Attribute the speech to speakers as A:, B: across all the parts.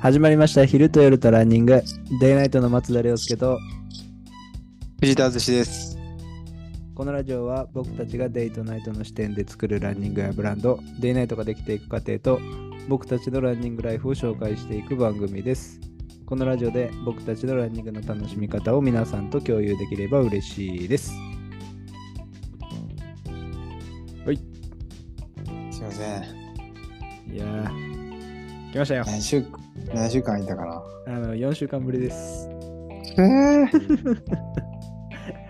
A: 始まりました昼と夜とランニングデイナイトの松田亮介と
B: 藤田敦です。
A: このラジオは僕たちがデイとナイトの視点で作るランニングやブランドデイナイトができていく過程と僕たちのランニングライフを紹介していく番組ですこのラジオで僕たちのランニングの楽しみ方を皆さんと共有できれば嬉しいです
B: すいません。
A: いやー来ましたよ
B: 何週、何週間いたかな。
A: あの4週間ぶりです
B: ええ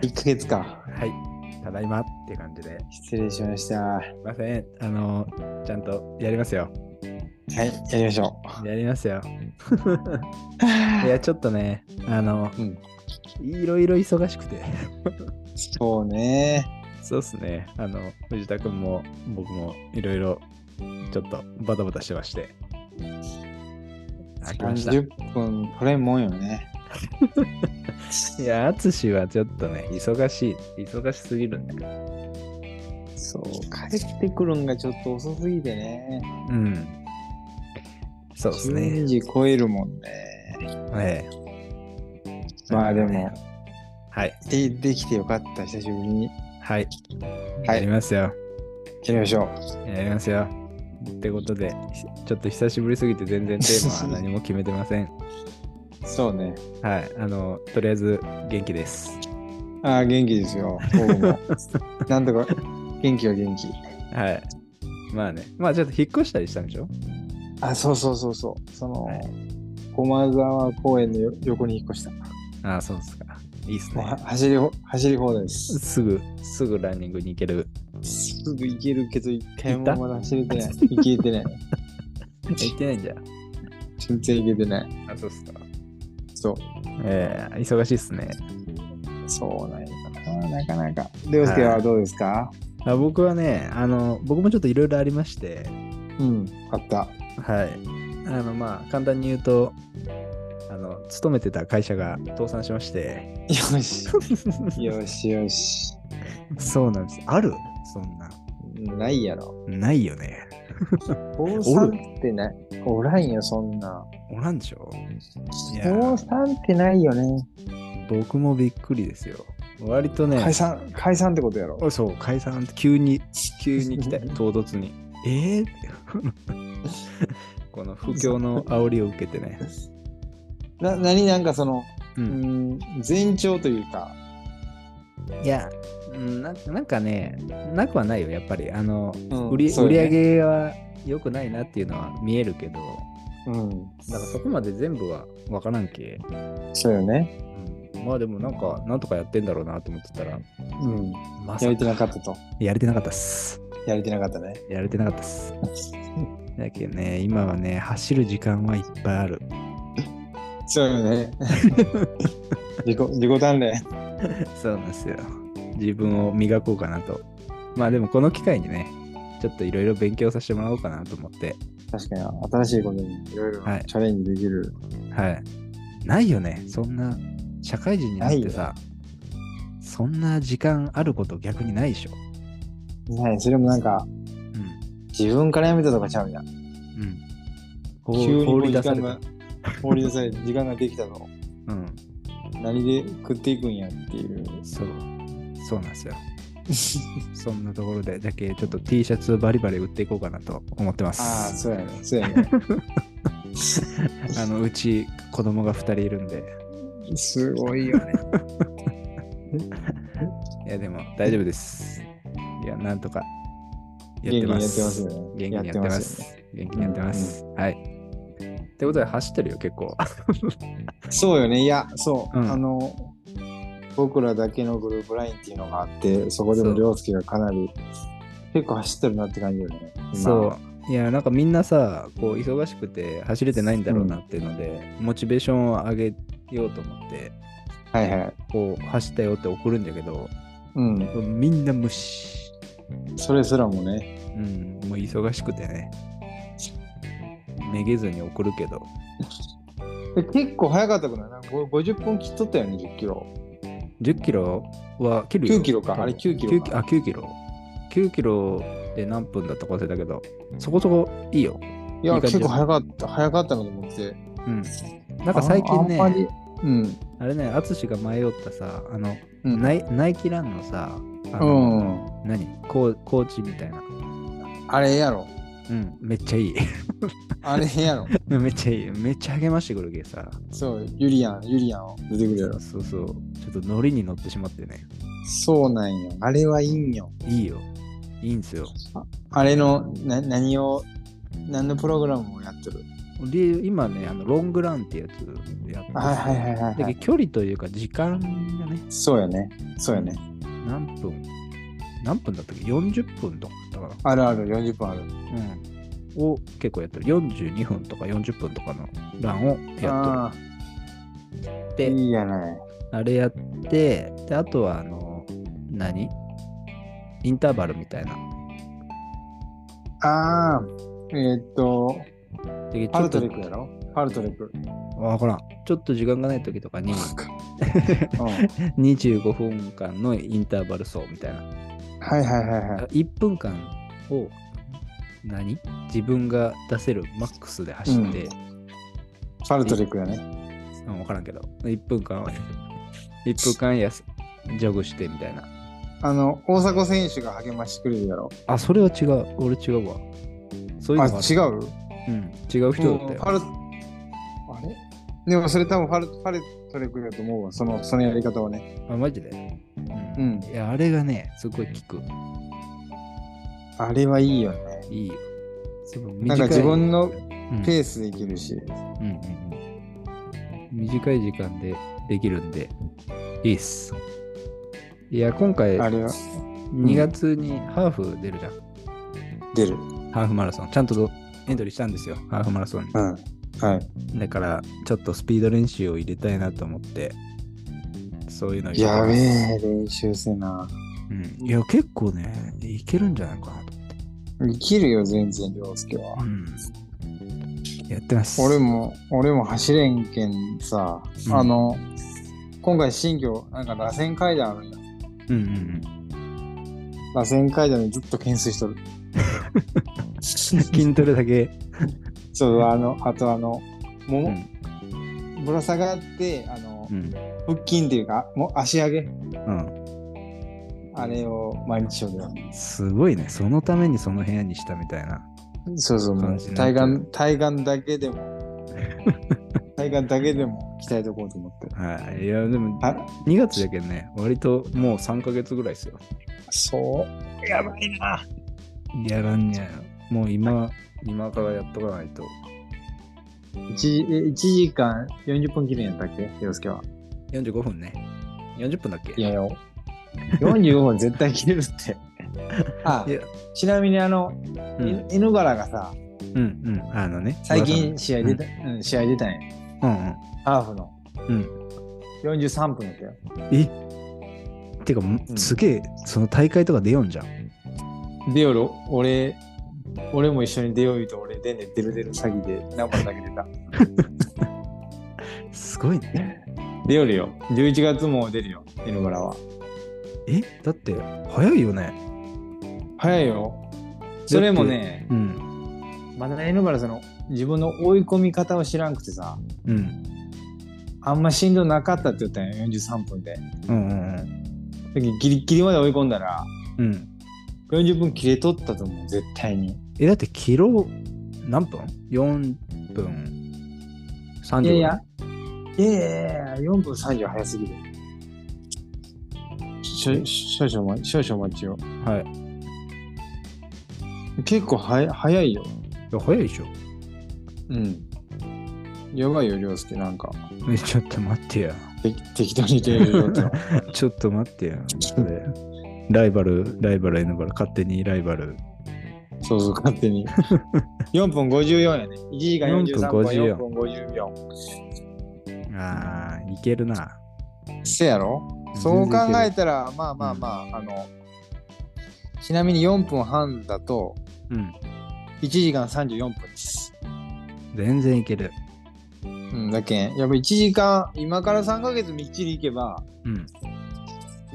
B: 一1ヶ月か。
A: はいただいまって感じで
B: 失礼しました。は
A: すいませんあのちゃんとやりますよ
B: い、やりましょ
A: やり ますよ
B: う。
A: いや、ちょっとね、あの、
B: うん
A: いろいろ忙しくて。
B: そうね。
A: そうっすね。あの、藤田君も僕もいろいろちょっとバタバタしてまして。あ来ました。い
B: 30分取れんもんよね。
A: や、淳はちょっとね、忙しい。忙しすぎるんだよ。
B: そう、帰ってくるんがちょっと遅すぎてね。
A: うん。そうですね
B: 12。時超えるもんね。
A: ええ
B: まあで
A: ね
B: も、
A: はい。
B: でできてよかった、久しぶりに。
A: はい。
B: は
A: やり
B: い、
A: ますよ。
B: やりましょう。
A: やりますよ。ってことで、ひちょっと久しぶりすぎて全然テーマは何も決めてま せん。
B: そうね。
A: はい、あの、とりあえず元気です。
B: ああ、元気ですよ。僕も。なんとか、元気は元気。
A: はい。まあね、まあちょっと引っ越したりしたんでしょ
B: あ、そうそうそうそう。その、
A: はい
B: 駒沢公園のよ横に引っ越した。も
A: ああ、そうですか。いいっす
B: うは
A: ね。
B: 走りほ、走り放題です。
A: すぐ、すぐランニングに行ける。
B: すぐ行けるけど、一回
A: 行っ
B: も
A: た
B: まだ走れて ない。行けてない。
A: 行ってないんじゃ。
B: 全然行けてない。
A: あ、そうっすか。
B: そう。
A: ええ忙しいっすね。
B: そうなんやな。なかなか。りょうすけはどうですか、
A: あ僕はね、あの、僕もちょっといろいろありまして、
B: うん。あった。
A: はい。あの、まあ、簡単に言うと、あの、勤めてた会社が倒産しま して。
B: よし。 よしよし。
A: そうなんです。あるそんな。
B: ないやろ。
A: ないよね。
B: 高三ってない。おらんよ、そんな。
A: おらんでしょいや
B: 高三ってないよね。
A: 僕もびっくりですよ。割とね、
B: 解散、解散ってことやろ。
A: おそう、解散って急に、急に 来たよ唐突に。えー、 この不況の煽りを受けてね。
B: な、なになんかその、
A: う
B: うんん、前兆というか、
A: いやうんな、なんかね、なくはないよ、やっぱり。あの、
B: うん
A: 売り
B: そう
A: 売
B: よ
A: り
B: ね
A: 上げは良くないなっていうのは見えるけど、
B: うん、
A: だからそこまで全部は分からんけ。
B: そうよね。
A: うんまあでもなんか、なんとかやってんだろうなと思ってたら、
B: うん、
A: ま
B: や
A: さ
B: れて
A: か
B: なかったと。
A: やれてなかったっす。
B: やれてなかった ね。
A: やれてなかったっす。だけどね、今はね、走る時間はいっぱいある。
B: そうよ ね。自己、自己鍛錬。
A: そうなんですよ。自分を磨こうかなと。まあでもこの機会にね、ちょっといろいろ勉強させてもらおうかなと思って。
B: 確かに、新しいことにいろいろ
A: はい
B: チャレンジできる。
A: はい。ないよね。そんな、社会人になってさ、そんな時間あること逆にないでしょ。
B: はい、それもなんか、
A: う
B: 自分からやめたとかちゃうやん。
A: ん。うん。
B: 急
A: 放放
B: にこう
A: り
B: 時
A: 出さ
B: 間
A: れた
B: が。、放り出されて、時間ができたと。
A: うん。
B: 何で食っていくんやっていう。
A: そう。そうなん ですよ。そんなところで、だけちょっと T シャツバリバリ売っていこうかなと思ってます。
B: ああ、そうやね。そうやね。
A: あのうち子供が2人いるんで。
B: すごいよね。
A: いや、でも大丈夫です。いや、なんとかやって
B: 元気にや
A: ま。
B: ってますすよね。
A: 元気にやってます。
B: よね
A: 元気にやってます。はい。ってことで走ってるよ、結構。
B: そうよね、いや、そう、
A: うん
B: あの、僕らだけのグループラインっていうのがあって、そこで
A: そ
B: も
A: う
B: 涼介がかなり、結構走ってるなって感じよね。今
A: そう。いや、なんかみんなさ、こう忙しくて走れてないんだろうなっていうので、モチベーションを上げようと思って、
B: はいはい。
A: こう走ったよって送るんだけど、
B: うん、
A: みんな無視。
B: それすらもね、
A: うん、もう忙しくてね。めげずに送るけど。
B: で結構早かったくないなんかご50分切っとったよね、10キロ。
A: 10キロは切るよ
B: 9キロかあれ9キロか
A: 9あ9キロ9キロで何分だったか忘れたけどそこそこいいよ
B: いや、
A: いい感じ
B: 結構早かった、早かったなと思って、
A: うん、なんか最近ね
B: あ
A: あ
B: んまり、うん。
A: れね淳が迷ったさあの、
B: うん
A: ナイナイキランのさあ
B: う
A: の、
B: ん。
A: 何コーコーチみたいな、
B: あれやろ。
A: うん、めっちゃいい
B: あれやろ。
A: めっちゃいいめっちゃ励ましてくるけさ
B: そう、ユリアン、ユリアンを出てくるやろ。
A: そうそうちょっとノリに乗ってしまってね
B: そうなんよ。あれはいいんよ。
A: いいよいいんすよ
B: あれの、な、何を、何のプログラムをやってる
A: で今ねあのロングランってやつやってて
B: はいはいはいはいは
A: で
B: い
A: 距離というか時間がね
B: そうよね。そうよね。
A: 何分何分だったっけ40分とかだったか
B: あるある、40分ある。
A: な、うん、を結構やってる42分とか40分とかのランをや
B: あ
A: っ
B: あ
A: てるで
B: いいやない。
A: あれやってであとはあの何インターバルみたいな
B: ああ、えーっと、
A: でち
B: パ
A: ょ
B: ル
A: っと
B: トレクやろパルトレク。
A: わからんちょっと時間がない時とかに
B: うん。はい
A: 25分間のインターバル走みたいな
B: はいはいはい。
A: 1分間を何自分が出せるマックスで走って、
B: パルトレクやね。
A: うん、分からんけど1分間は 1分間やすジョグしてみたいな
B: あの、大迫選手が励ましてくれるやろ。
A: あそれは違う俺違うわそういう
B: あ、
A: のが
B: 違
A: う、
B: う
A: うん、違う人だった
B: うん
A: よ
B: パルあれでもそれ多分パルパルトレクやと思うわ。その、そのやり方はね。
A: あマジで、
B: う
A: うん
B: ん。
A: いやあれがねすごい効く
B: あれはいいよね。
A: いいよその
B: なんか自分の
A: うん
B: ペースできるし。
A: うんうんうん、短い時間でできるんでいいっすいや今回
B: あれは
A: 2月にハーフ出るじゃん、
B: 出る。
A: ハーフマラソンちゃんとエントリーしたんですよハーフマラソンに
B: うん。はい。
A: だからちょっとスピード練習を入れたいなと思ってそういうの入れて
B: やべえ、練習せな。
A: うん、いや結構ねいけるんじゃないかなと、
B: 生きるよ、全然、涼介は。
A: うん、やってます
B: 俺も、俺も走れんけんさ、
A: うん
B: あの、今回新居、なんか螺旋階段あるんや。
A: うんうんうん
B: 螺旋階段にずっと懸垂しと る。
A: 筋トレだけ、
B: そう、あの、あとあの、も
A: う
B: も、
A: ん
B: ぶら下がって、あの
A: う、ん
B: 腹筋っていうか、もう足上げ、
A: うん、
B: あれを毎日しようよ。
A: すごいねそのためにその部屋にしたみたいな
B: そうそう、も
A: 感
B: う
A: じになっ
B: 対
A: ちゃう
B: 岸、対岸だけでも、 対岸だけでも鍛えとこうと思って。
A: はい、いやでも
B: あ
A: 2月だけどね割ともう3ヶ月ぐらいですよ
B: そう、やばいな。
A: やらんにゃもう今今からやっとかないと
B: 1, 時間40分切れんやったっけ、洋介は。
A: 45分ね40分だっけ
B: いやいや、45分絶対切れる って。あ
A: いや
B: ちなみにあの、
A: うん
B: い犬柄がさ、
A: うんうんあのね
B: 最近試合出た、うん試合出たんや。
A: うんうん
B: ハーフの
A: うん
B: 43分だったよ。
A: えてか、
B: ん
A: すげえその大会とか出よんじゃん
B: 出よる俺、俺も一緒に出よう言うと俺でね、出る出る詐欺で何本だけ出た。
A: すごいね
B: 出よるよ。11月も出るよ、犬柄は。
A: えだって早いよね
B: 早いよ。それもね、
A: うん
B: まだ犬柄その自分の追い込み方を知らんくてさ、
A: うん
B: あんましんどなかったって言ったんよ、43分で。
A: うんうん
B: だけどギリッギリまで追い込んだら、
A: うんうん
B: 40分切れとったと思う、絶対に。
A: えだってキロ何分 ?4 分30
B: いや
A: ぐ
B: い
A: ら
B: や、いやいやいや、4分30早すぎる。しょ少々お待ち、少々お待ちよ。
A: はい
B: 結構はや早いよ。
A: いや早いでしょ
B: うん。やばいよ、涼介、なんか。
A: えちょっと待ってや。
B: て適当に切れるよって。
A: ちょっと待ってや。それライバル、ライバル、N バル、勝手にライバル。
B: そうそう、勝 手に。4分54やね。1時間43分、
A: 4
B: 4
A: 分
B: 分54。
A: ああ、いけるな。
B: せやろそう考えたら、まあまあまあ、あの、ちなみに4分半だと、
A: うん、
B: 1時間34分です。
A: 全然いける。
B: うん、だけん、やっぱ1時間、今から3ヶ月みっちりいけば、
A: うん。
B: 1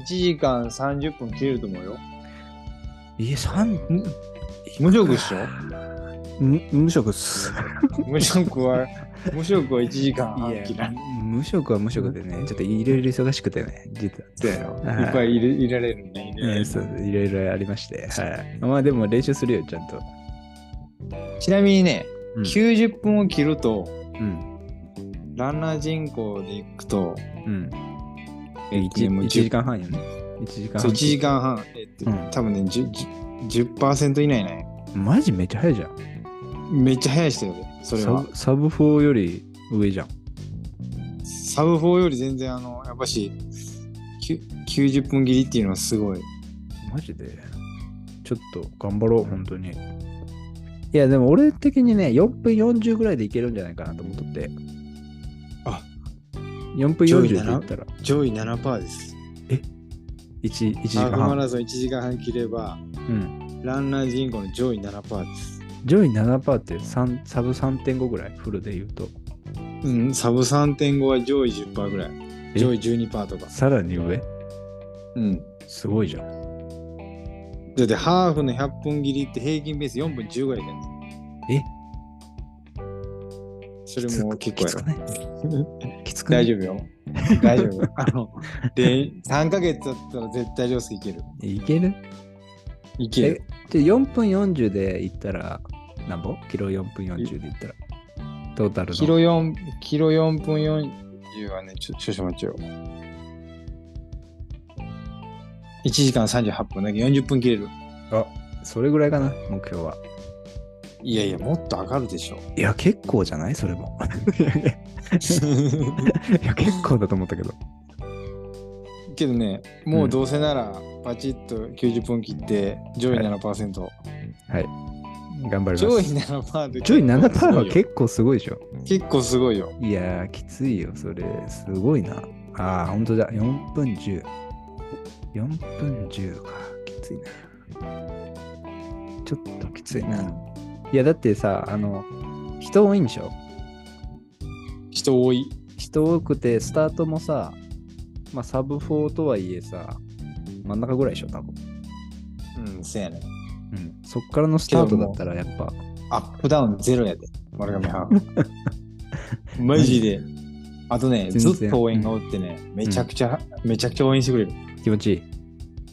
B: 時間30分切れると思うよ。
A: え、三
B: 無職っしょ
A: 無無職っす。
B: 無職は無職は1時間
A: い
B: 半
A: や
B: 嫌い。
A: 無職は無職でね、ちょっといろいろ忙しくてね、実は。
B: そうや
A: は
B: ろ
A: い
B: いっぱい入れ入れられるね。入れられ
A: ね
B: る
A: そういろいろありまして、はい。まあでも練習するよ、ちゃんと。
B: ちなみにね、
A: うん
B: 90分を切ると、
A: うん。
B: ランナー人口でいくと、
A: うん。
B: えっとねもう
A: 1, 時間半よね。1時間半。
B: そう1時間半、えっと
A: うん
B: 多分ね、10 10 10%以内ね。
A: マジめっちゃ早いじゃん。
B: めっちゃ早い人よね、それ
A: サ
B: は。
A: ブサブ4より上じゃん。
B: サブ4より全然、あの、やっぱし、きゅ90分切りっていうのはすごい。
A: マジで。ちょっと頑張ろう、本当に。いや、でも俺的にね、4分40ぐらいでいけるんじゃないかなと思っとって。
B: あ
A: 4分40って言ったら
B: 上位7%です。
A: 1, 1時
B: ハ
A: 間
B: ーフマ
A: 半。
B: ラソン1時間半切れば、
A: うん。
B: ランナー人口の上位7%です。
A: 上位7%って三サブ3.5ぐらい、フルで言うと。
B: うん、サブ3.5は上位10%ぐらい。上位12%とか。
A: さらに上
B: うん。
A: すごいじゃん。
B: だってハーフの100分切りって平均ベース4分10ぐらいだよね。
A: え
B: それも
A: きつ
B: 結
A: く
B: 構
A: な
B: や
A: い
B: ろ。
A: きつくない
B: 大丈夫よ。大丈 夫。あの、で、3ヶ月だったら絶対量子いける。
A: いける
B: いける。
A: じゃあ4分40で行ったらなんぼキロ4分40で行ったらトータルの
B: キロ4、キロ4分40はね、ちょ、少々待ちよ。1時間38分だけど40分切れる。
A: あそれぐらいかな目標はい
B: やいや、もっと上がる でしょ。
A: いや結構じゃないそれもいや結構だと思ったけど
B: けどね、もうどうせなら、パチッと90分切って、上位7%。
A: 頑張ります
B: 上位7%で
A: 上位7%は結構すごいでしょ
B: 結構すごいよ。
A: いやーきついよそれすごいなあーほんとだ4分104分10かきついなちょっときついな、いやだってさあの人多いんでしょ
B: 人多い。
A: 人多くてスタートもさ、まあ、サブ4とはいえさ真ん中ぐらいでしょ多分、
B: うん、せやね。
A: うん、そっからのスタートだったらやっぱ
B: アップダウンゼロやで、丸亀ハー フ。マジで。あとね、
A: 全然
B: ずっと応援がおってね、めちゃくちゃ、めちゃくちゃ応援してくれる。
A: 気持ちい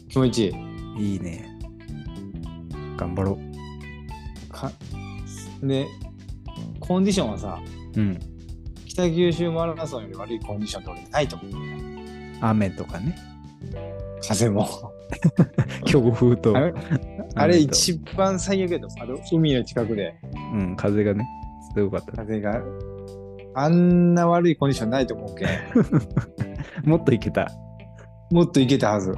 B: 気持ちいい。
A: いいいね頑張ろ
B: かで、コンディションはさ、
A: ううん
B: 北九州マラソンより悪いコンディションって俺ないと思う。
A: 雨とかね
B: 風も。
A: 強風と
B: あれあれ
A: 雨と
B: 一番最悪やと思う。あの海の近くで
A: うん風がねすごかった
B: 風が。あんな悪いコンディションないと思うけん。
A: もっといけた
B: もっといけた はず。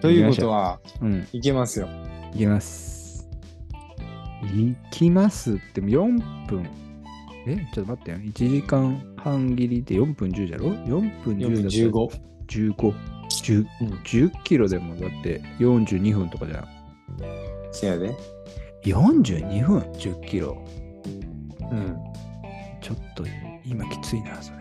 B: ということは、
A: うん
B: いけますよ。
A: いきますいきますって4分えちょっと待ってよ1時間半切りで4分10じゃろ4分10だったら
B: 15。
A: 15 10,
B: うん
A: 10キロでもだって42分とかじゃん
B: せやで。
A: 42分10キロ
B: うん。
A: ちょっと今きついなそれ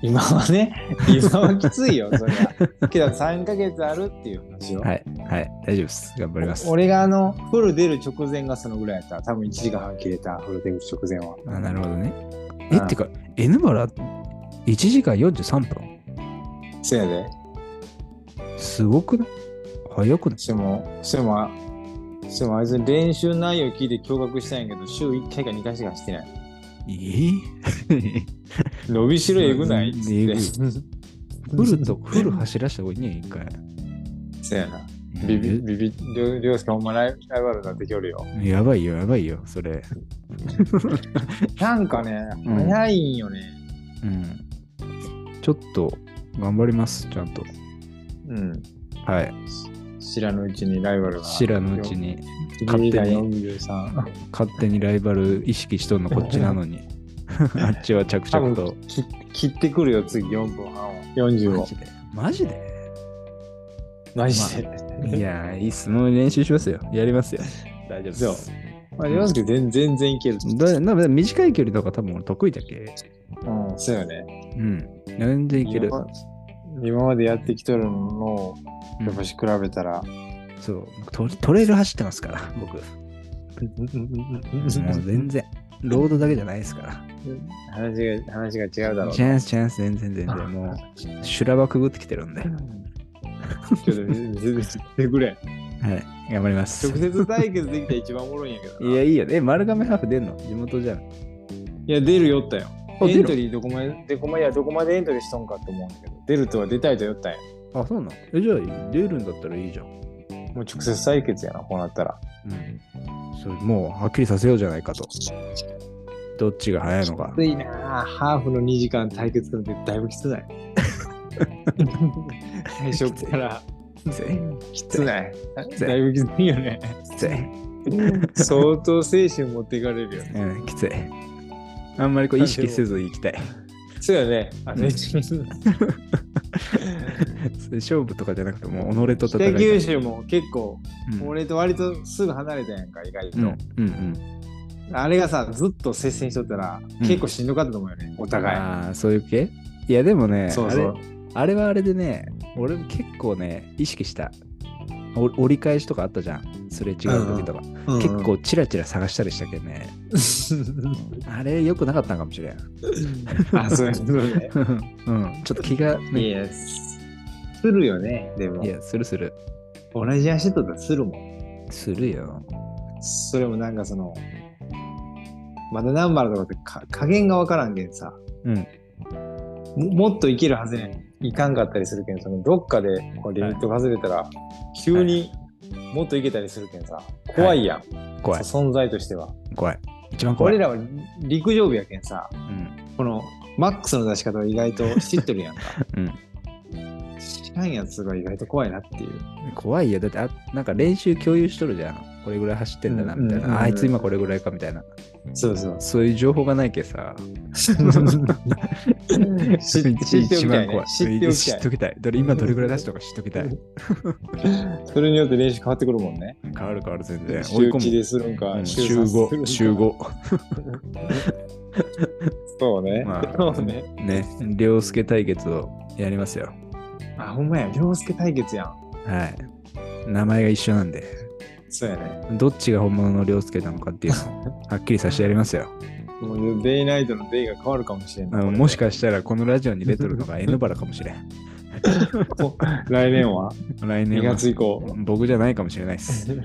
B: 今はね、今はきついよ、それは。けど3ヶ月あるっていう話よ。
A: はいはい大丈夫です頑張ります
B: 俺があの、フル出る直前がそのぐらいやった。多分1時間半切れた、フル出る直前は。
A: あなるほどね
B: う
A: え
B: ん
A: ってか N バラ1時間43分
B: せやで。
A: すごくない早くない
B: しても、しても、してもあいつ練習内容聞いて驚愕したんやけど、週1回か2回しかしてない。
A: えー
B: 伸びしろえぐないっ
A: うん
B: つっ
A: えぐ
B: て
A: い。 フルとフル走らした方がいいね一回
B: せやな。ビビ、ビビ、りょうりょうすけほんまライライバルになってきよるよ。
A: やばいよやばいよそれ
B: なんかね、
A: うん
B: 早いんよね。
A: うんちょっと頑張りますちゃんと
B: うん。
A: はい
B: 知らぬうちにライバルが。
A: 知らぬうち。に勝
B: 勝
A: 手
B: 手
A: に
B: に。43。
A: 勝手にライバル意識しとんのこっちなの にあっちは着
B: 多
A: 々と
B: 分き切ってくるよ、次4分半を。40
A: マ
B: を
A: ジ。でマジで
B: マジで。
A: いやーいいっすもう練習しますよやりますよ大丈夫です
B: まあ、りょうすけ全全然いけると思う。
A: だなんか短い距離とか多分俺得意だっけ
B: うん、そうよね。
A: うん全然いける
B: 今ま。今までやってきとるのを、やっぱし比べたら。
A: うんそうトレトレイル走ってますから僕もう全然ロードだけじゃないですから。
B: 話が、話が違うだろう
A: チ
B: な。
A: ャンス、チャンス、全然、全然。もう、修羅場くぐってきてるんで。は
B: ちょっと見せ見せてくれ。
A: い。頑張ります。
B: 直接対決できたら一番おもろいんやけど
A: い
B: な。
A: や、いいよ。え、丸亀ハーフ出んの地元じゃん。
B: いや、出るよったよ。
A: あ
B: エ
A: 出
B: ント
A: る
B: リーどこまで、どこまでいやどこまでエントリーしとんかと思うんだけど、出るとは出たいとよったんや。
A: あ、そうなのえ、じゃあ、出るんだったらいいじゃん。う
B: もう直接対決やな、こうなったら。
A: ん。それもう、はっきりさせようじゃないかと。どっちが早いのか。
B: ついなぁハーフの2時間対決なんてだいぶきつ ない。最初から
A: きつい。
B: きつない。
A: つい
B: だいぶきついよね。
A: きつい。
B: 相当精神持っていかれるよね。
A: うん、きつい。あんまりこう意識せず行きたい。
B: そうやね。あ
A: うん
B: の、一日
A: それ勝負とかじゃなくて、もう己と戦
B: 北
A: いたい。
B: 九州も結構、
A: うん
B: 俺と割とすぐ離れたやんか、意外と。
A: うんうん
B: あれがさ、ずっと接戦しとったら、
A: うん
B: 結構しんどかったと思うよね、お
A: うん。
B: 互い。
A: ああ、そういう系いや、でもね、
B: そうそう。
A: あれはあれでね、俺も結構ね、意識した。お折り返しとかあったじゃん。すれ違う時とか。結構チラチラ探したりしたけどね。あれ、良くなかったんかもしれん。
B: あ、そうやそうね。
A: うん。ちょっと気がね、
B: いや、するよね、でも
A: い。や、するする。
B: 同じ足とったらするもん。
A: するよ。
B: それもなんかその、まだナンバーとかってか加減がわからんけんさ、
A: うん。
B: ももっと生きるはずやねんいかんかったりするけん、そのどっかでこうリミットが外れたら、急にもっといけたりするけんさ、怖いやん、
A: 怖い。
B: そう存在としては。
A: 怖い。一番怖い。
B: 俺らは陸上部やけんさ、
A: うん。
B: このマックスの出し方を意外と知っとるやんか。
A: うん。
B: 知らんやつが意外と怖いなっていう。
A: 怖いよ。だってあ、なんか練習共有しとるじゃん。これぐらい走ってんだな、みたい
B: うんうんうんう
A: な。
B: ん
A: ああいつ今これぐらいか、みたいな。
B: そう そう。
A: そういう情報がないけさ。
B: 知
A: 一
B: 知っておきたい、
A: 番
B: ね
A: 怖。い。
B: 知っておき
A: 知
B: た
A: っ
B: い
A: て。おきたい。どれ今どれぐらい出したか知っておきた い。
B: それによって練習変わってくるもんね。
A: 変わる変わる、全然。追い
B: 週1
A: 込
B: でするんか
A: む。う、ん
B: 週
A: 週
B: 三するんか
A: 5、週。5。
B: そうね。
A: まあ
B: そうね。
A: ね、凌介対決をやりますよ。
B: あ、ほんまや。凌介対決やん。
A: はい。名前が一緒なんで、
B: そうやね。
A: どっちが本物の凌介なのかっていうの をはっきりさせてやりますよ。
B: もうデイナイトのデイが変わるかもしれん
A: あ
B: ない。
A: の
B: これ
A: もしかしたらこのラジオに出てるのが N バラかもしれ ん。
B: こ来年は
A: 来
B: ?2
A: 年は
B: 月以降。
A: 僕じゃないかもしれないです。はい、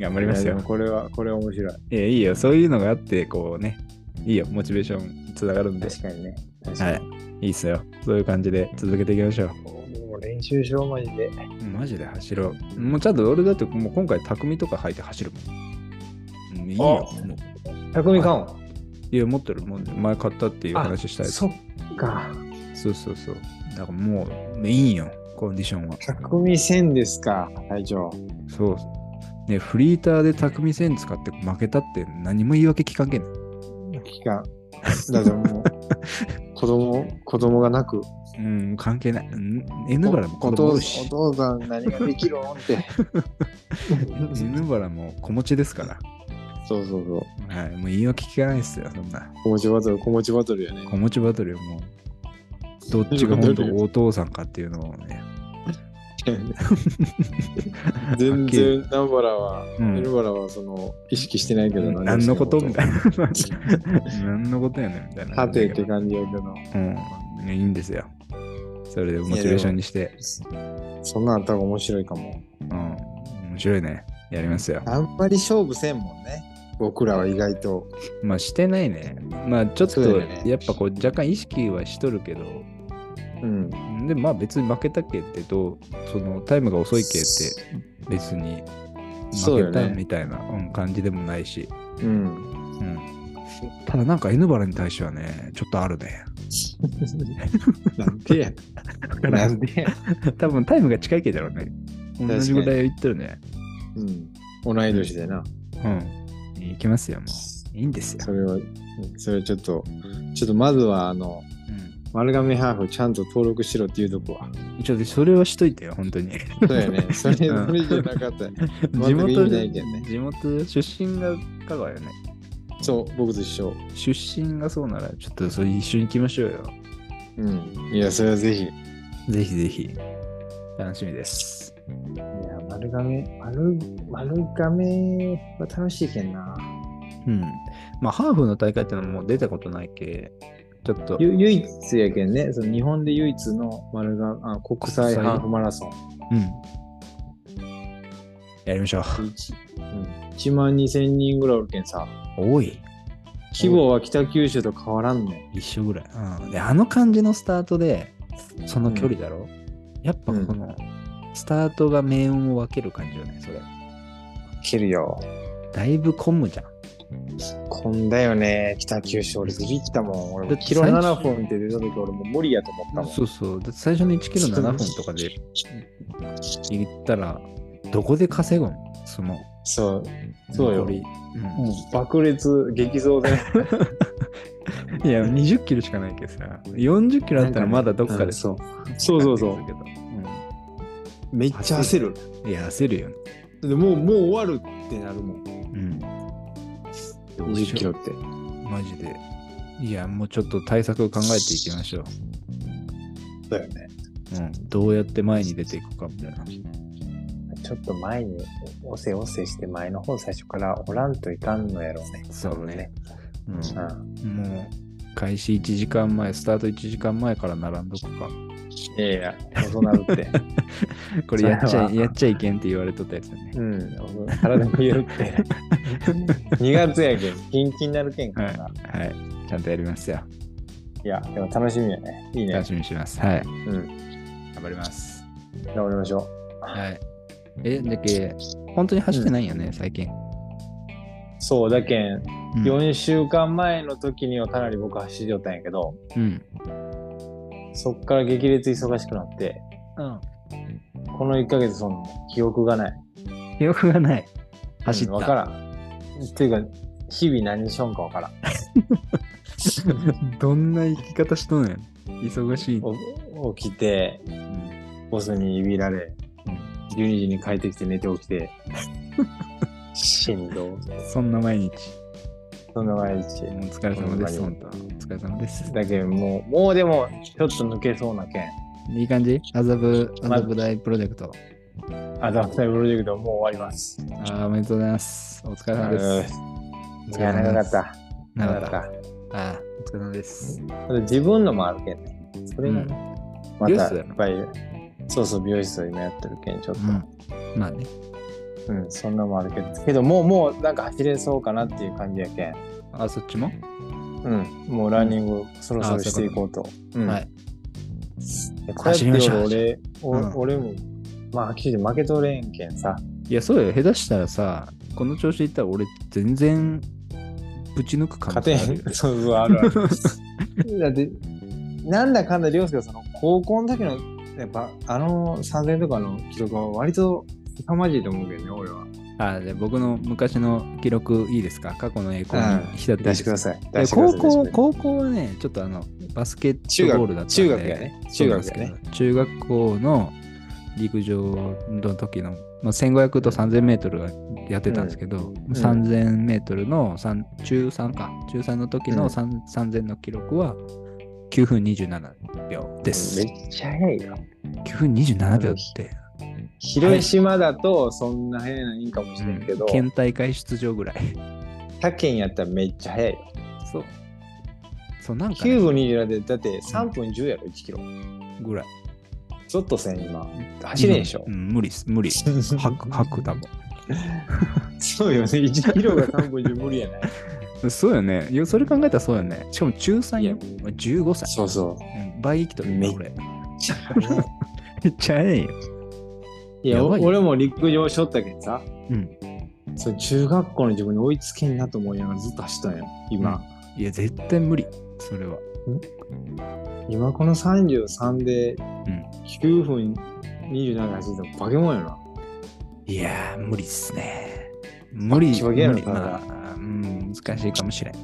A: 頑張ります
B: いやでも
A: よ。
B: これは、これは面白い。
A: いや、いいよ。そういうのがあって、こうね、いいよ。モチベーションつながるんで。
B: 確かにね。確か
A: は
B: に。
A: い。いいっすよ。そういう感じで続けていきましょ
B: もう練習しようマジで。
A: う。マジで走ろう。もうちゃんと俺だってもう今回匠とか履いて走るもん。うんいいよ。もう
B: 匠かも。
A: いや、持ってる。もう前買ったっていう話したい。そ
B: そっか。
A: うそうそう。だからもう、いいんよ、コンディションは。
B: 匠戦ですか、隊長。
A: そう。ね、フリーターで匠戦使って負けたって何も言い訳聞かんけんね。
B: 期間。だっ てもう、子供、子供がなく。
A: うん、関係ない。うん、N バラも
B: お
A: 子
B: お
A: 供おる
B: 父さんお
A: し。
B: 父さん何ができるん って。
A: N バラも子持ちですから。
B: そうそうそう。
A: はい、もう言い訳聞かないですよ、そんな。
B: 子持ちバトル、子持ちバトルや ね。
A: 子持ちバトルよもう。どっちが本当お父さんかっていうのをね。
B: 全然、ナンバラは、
A: う
B: エル
A: ん。
B: バラはその、意識してないけどな。
A: 何のことみたい
B: な。
A: な。何のことやねんみたいな。
B: はてって感じやけど。
A: うん、いいんですよ。それでモチベーションにして、
B: そんなんあったら面白いかも。
A: うん、面白いね。やりますよ。
B: あんまり勝負せんもんね。僕らは意外と。
A: まあしてないね。まあちょっ
B: そう
A: と、
B: だよね
A: やっぱこう若干意識はしとるけど、
B: うん。
A: でもまあ別に負けたけってどう、そのタイムが遅いけって別に
B: そう
A: 負
B: よ
A: け
B: ね
A: たみたいな、うん感じでもないし、
B: うん。
A: うん。ただなんか N バラに対してはね、ちょっとあるね。
B: なんでや。 なんでや。
A: 多分タイムが近いけどね。同じぐらいは言ってるね。
B: うん。同い年でな。
A: うん。いきますよ、もう。いいんですよ。
B: それは、それはちょっと、ちょっとまずは、あの、
A: うん
B: 丸亀ハーフちゃんと登録しろっていうとこは。
A: ちょっとそれはしといてよ、本 当に。
B: そうや ね。それ、それ
A: うん
B: じゃなかったよ。
A: 地
B: 全く意
A: 元
B: 味ないけんね。
A: 地元出身が香川よね。
B: そう、僕と一緒。
A: 出身がそうなら、ちょっとそれ一緒に行きましょうよ。
B: うん。いや、それはぜひ。い
A: ぜひぜひ。楽しみです。
B: や、マ丸亀、丸、丸亀は楽しいけんな。
A: うん。まあ、ハーフの大会ってのはもう出たことないけ、ちょっと、
B: ゆ唯一やけんね、その日本で唯一の丸亀あ国
A: 国
B: 際
A: 際
B: ハーフマラソン。
A: うん。やりましょう。
B: 1, 1万2000人ぐらいおるけんさ、
A: 多い。
B: 規模は北九州と変わらんね
A: 一緒ぐらい。うん。で、あの感じのスタートで、その距離だろ、やっぱこの、スタートが命運を分ける感じよね、それ。
B: けるよ。
A: だいぶ混むじゃん。
B: こんだよね、北九州。俺ビビったもん。俺
A: だっ
B: も
A: て
B: キロ
A: 最初
B: 7分って出た時俺もう無理やと思ったもん。
A: そうそう。だって最初の1キロ7分とかで行ったら、どこで稼ぐんその、
B: そう。そうよ
A: 残り
B: もう爆裂、激増で。
A: うん。いや、20キロしかないけどさ、40キロあったらまだどっか
B: うん
A: で。
B: そう。そうそうそう
A: なんかできるけ
B: めっちゃ焦る。
A: どうん。いや、焦るよね。
B: でもう、もう終わるってなるもん。
A: うん。
B: 20キロって。
A: マジで。いや、もうちょっと対策を考えていきましょう。
B: だよね。
A: うん。どうやって前に出ていくかみたいな。
B: ちょっと前に、おせおせして前の方最初からおらんといかんのやろうね。
A: そうね。
B: うん。
A: うん。もう、開始1時間前、スタート1時間前から並んどく か。
B: いやいや、そうなるって。
A: これやっち
B: そ
A: ゃ
B: れ
A: い
B: は
A: やっちゃいけんって言われとったやつだね。
B: うん、体も言えるって。2月やけん、キンキンになるけんからな。
A: はい。ちゃんとやりますよ。
B: いや、でも楽しみやね。いいね
A: 楽。しみにしてます。はい。
B: うん。
A: 頑張ります。
B: 頑張りましょう。
A: はい。え、だけ、本当に走ってないよね、最近。
B: そう、だけん、
A: うん
B: 4週間前の時にはかなり僕走りよったんやけど、
A: うん。
B: そっから激烈忙しくなって、この1ヶ月、その、記憶がない。
A: 記憶がない。走っ
B: うんわ
A: た。
B: からん。っていうか、日々何しよんかわからん。
A: どんな生き方しとんねん。忙しい。
B: お起きて、ボスにいびられ、12時に帰ってきて寝て起きて、しんどう。
A: そんな毎日。
B: そんな毎日。
A: お疲れ様です、
B: ほ
A: 本
B: ん
A: 当。お疲れ様です。
B: だけどもう、もうでも、ちょっと抜けそうなけん。
A: いい感じ麻布、
B: ま
A: 麻布大プロジェクト。
B: アダプタイプロジェクトはもう終わります。
A: あーおめでとうございます。お疲れ様です。お
B: い
A: 疲れ
B: や、
A: 様
B: 長か
A: で
B: っ
A: す。
B: た。
A: なか
B: 長
A: った。
B: かっ
A: ああ、お疲れ様です。
B: た。あと自分のもあるけんね。それがね、ま
A: 美容
B: た、
A: 室だ
B: や
A: よ
B: っぱり、そうそう、美容室を今やってるけん、ちょっ
A: うん。まあね。
B: と、うん、そんなのもあるけど、けど、もう、もう、なんか走れそうかなっていう感じやけん。
A: あ、そっちも、
B: うん、もうランニングそろそろしていこうと。うん
A: はい。
B: でこうやっ
A: 走
B: て俺
A: りましょう
B: 俺、お
A: うん
B: 俺も、まあ、はっきり言って負けとれんけんさ。
A: いや、そうよ。下手したらさ、この調子でいったら俺、全然、ぶち抜く可能
B: 勝
A: 性
B: て
A: ある
B: ん
A: よ。。
B: そうそう、あるある。だって、なんだかんだ凌介はその高校の時の、やっぱあの3000とかの記録は割と凄まじいと思うけどね、俺は。
A: あ、じゃあ僕の昔の記録いいですか過去の栄光に浸っていいで
B: 出
A: す
B: して
A: か
B: ください。
A: いや
B: 出してくだ
A: 高
B: さい
A: 校、高校はね、ちょっとあの、バスケットボールだったんで
B: 中学中学やね
A: そうなんですけど
B: 中
A: 中学校の陸上の時の、まあ、1500と3000メートルはやってたんですけど、
B: ん
A: 3000メートルの三中3か、中3の時
B: う
A: の
B: ん
A: 三3000の記録は9分27秒です。
B: めっちゃ早いよ。
A: 9分27秒って、
B: 広島だとそんな早いのいいんかもしれんけど、
A: 県大会出場ぐらい。
B: 他県やったらめっちゃ早いよ。
A: そう。そう、なんかね、
B: 9分27で、だって3分10やろ、1キロ。
A: ぐらい。
B: ちょっとせん、今。走れんでしょ
A: う。ん、無理っす、無理。吐 く、吐くだもん。
B: そうよね、1キロが3分10無理や ない。
A: そうよね。いやそれ考えたらそうよね。しかも中3よ。15歳。
B: そ うそう。
A: うん倍生きとる
B: め
A: ね
B: っ
A: 俺。めっちゃええよ。
B: いや、
A: や
B: お
A: ばいよ
B: 俺も陸上しょったけどさ、
A: うん。
B: そう中学校の自分に追いつけんなと思いながらずっと走ったんよ。今、
A: いや、絶対無理。それは。
B: 今この33で
A: ん
B: 9分27走ったら化け物やな。
A: いやー、無理っすね。無理。
B: バッキバキやろ
A: 無理
B: 体
A: まあ、うん、難しいかもしれん。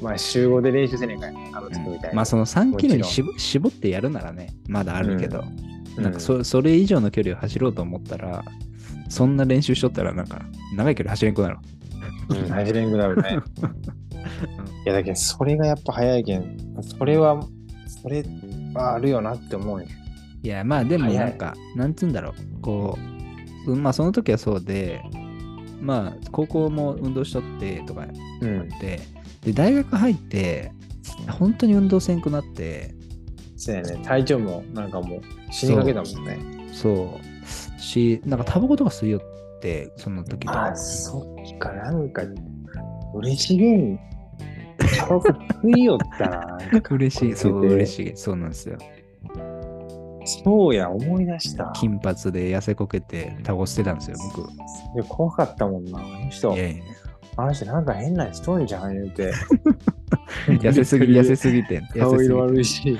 B: まあ、週5で練習せねえかいあの時みたいな。
A: まあ、その3キロに
B: もち
A: 絞絞ってやるならね、まだあるけど、
B: うん
A: なんかそそれ以上の距離を走ろうと思ったら、そんな練習しとったら、なんか、長い距離走れんくなる。
B: うん、走れんくなるね。いや、だけど、それがやっぱ早いけん、それは、それはあるよなって思うよ。
A: いや、まあでも
B: 早い
A: なんか、なんつうんだろう、こう、うんまあその時はそうでまあ高校も運動しとってとかあっ
B: うん。
A: てで大学入って本当に運動せんくなって
B: そうやね。体調もなんかもう死にかけたもんね。
A: そうしなんかタバコとか吸いよってその時とか
B: あ、そっか。なんか、嬉しげに、タバコ吸いよったな。
A: 嬉しいそう
B: で
A: 嬉しいそうなんですよ
B: そうや、思い出した。
A: 金髪で痩せこけてタバコ吸ってたんですよ僕
B: いや怖かったもんな。あの人
A: い、やいや
B: あの人なんか変な人んじゃん言うて。
A: 痩せすぎ痩せすぎて痩
B: 顔
A: せす
B: 色
A: ぎ
B: 悪いし。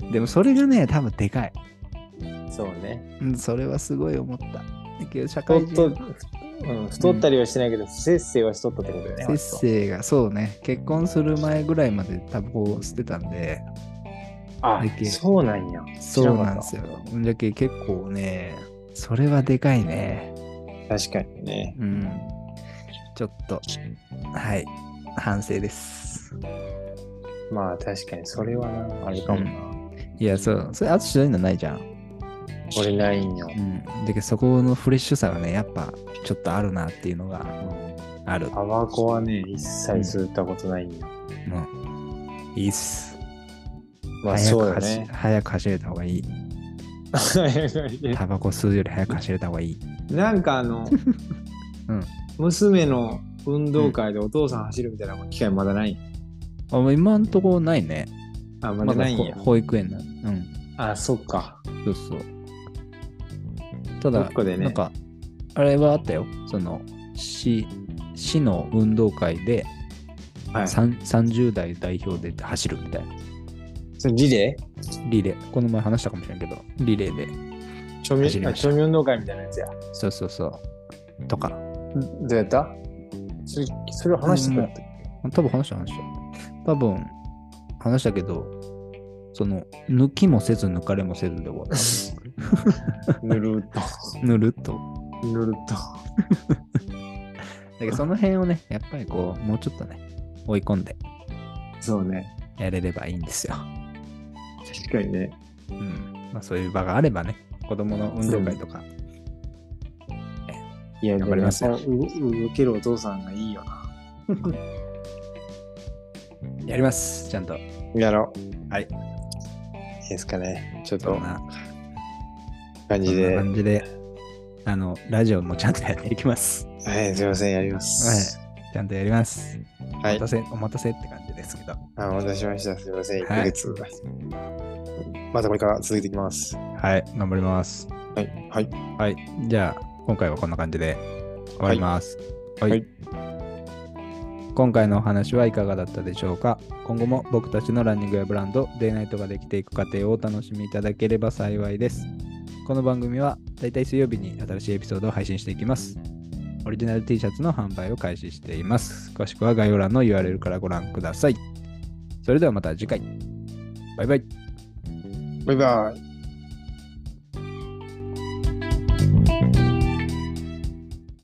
A: てでもそれがね多分でかい
B: そうね。
A: うん、それはすごい思った。だけど社
B: 太
A: 会
B: っ
A: 人
B: と、うん、太ったりはしてないけど、不節制はしとったってことだよね。
A: 節制がそうね結婚する前ぐらいまでタバコを吸ってたんで
B: あ
A: だけ、
B: そうなんや。知
A: そ
B: ら
A: う
B: な
A: なんで
B: かった
A: すよだけど結構ねそれはでかいね
B: 確かにね。
A: うんちょっとはい反省です
B: まあ確かにそれはな、あるかもな。
A: いやそうそれあとしのないじゃん、
B: 俺ないんよ。
A: うん、だけどそこのフレッシュさがねやっぱちょっとあるなっていうのがある、
B: タバコはね、一切吸ったことないんよ。
A: うん、いいっす
B: まあ
A: 早
B: そう
A: く
B: だ
A: 走,、
B: ね。
A: 早く走れた方がいいタバコ吸うより早く走れた方がいい
B: なんかあの、
A: うん
B: 娘の運動会でお父さん走るみたいな機会まだない。
A: あもう今んとこないね。
B: あ、ま
A: ま
B: だ
A: だ
B: ないん
A: ほ
B: や。
A: 保育園なの。うん。
B: あ、そっか。
A: そうそう。た
B: ど
A: だ、
B: っかでね
A: なんか、あれはあったよ。その、市、市の運動会で、
B: はい。
A: さん30代代表で走るみたいな。
B: そのリレ
A: リレー。この前話したかもしれんけど、リレーで。
B: ーちょみ
A: 走りました
B: ちょみ運動会みたいなやつや。
A: そうそうそう。とか。
B: どうやったそれそれ話してくれたっけ
A: 多分話した話した。多分話したけど、その、抜きもせず抜かれもせずで終わった。
B: ぬるっ
A: ぬるっと。
B: と。ぬるっと。
A: だけどその辺をね、やっぱりこう、もうちょっとね、追い込んで
B: そうね。
A: やれればいいんですよ。
B: 確かにね。
A: うん。まあそういう場があればね、子供の運動会とか。
B: いや、
A: 頑張ります
B: で
A: よ
B: もやっぱう動けるお父さんがいいよな。
A: やります、ちゃんと。
B: やろう。
A: はい。
B: いいですかね。ちょっ
A: そ
B: と
A: ん、な
B: 感
A: そ
B: じ
A: んな
B: で。
A: 感じで、あの、ラジオもちゃんとやっていきます。
B: はい、すいません、やります。
A: ちゃんとやります。お
B: は
A: 待
B: い。
A: たせ、お待たせって感じですけど。
B: あお待たせしました。すいません、1
A: はい
B: ヶ月。またこれから続けていきます。
A: はい、頑張ります。
B: はい。はい。
A: はい。じゃあ、今回はこんな感じで終わります。はいい。
B: はい
A: 今回のお話はいかがだったでしょうか今後も僕たちのランニングやブランド、デイナイトができていく過程をお楽しみいただければ幸いです。この番組はだいたい水曜日に新しいエピソードを配信していきます。オリジナル T シャツの販売を開始しています。詳しくは概要欄の URL からご覧ください。それではまた次回。バイバイ。
B: バイバイ。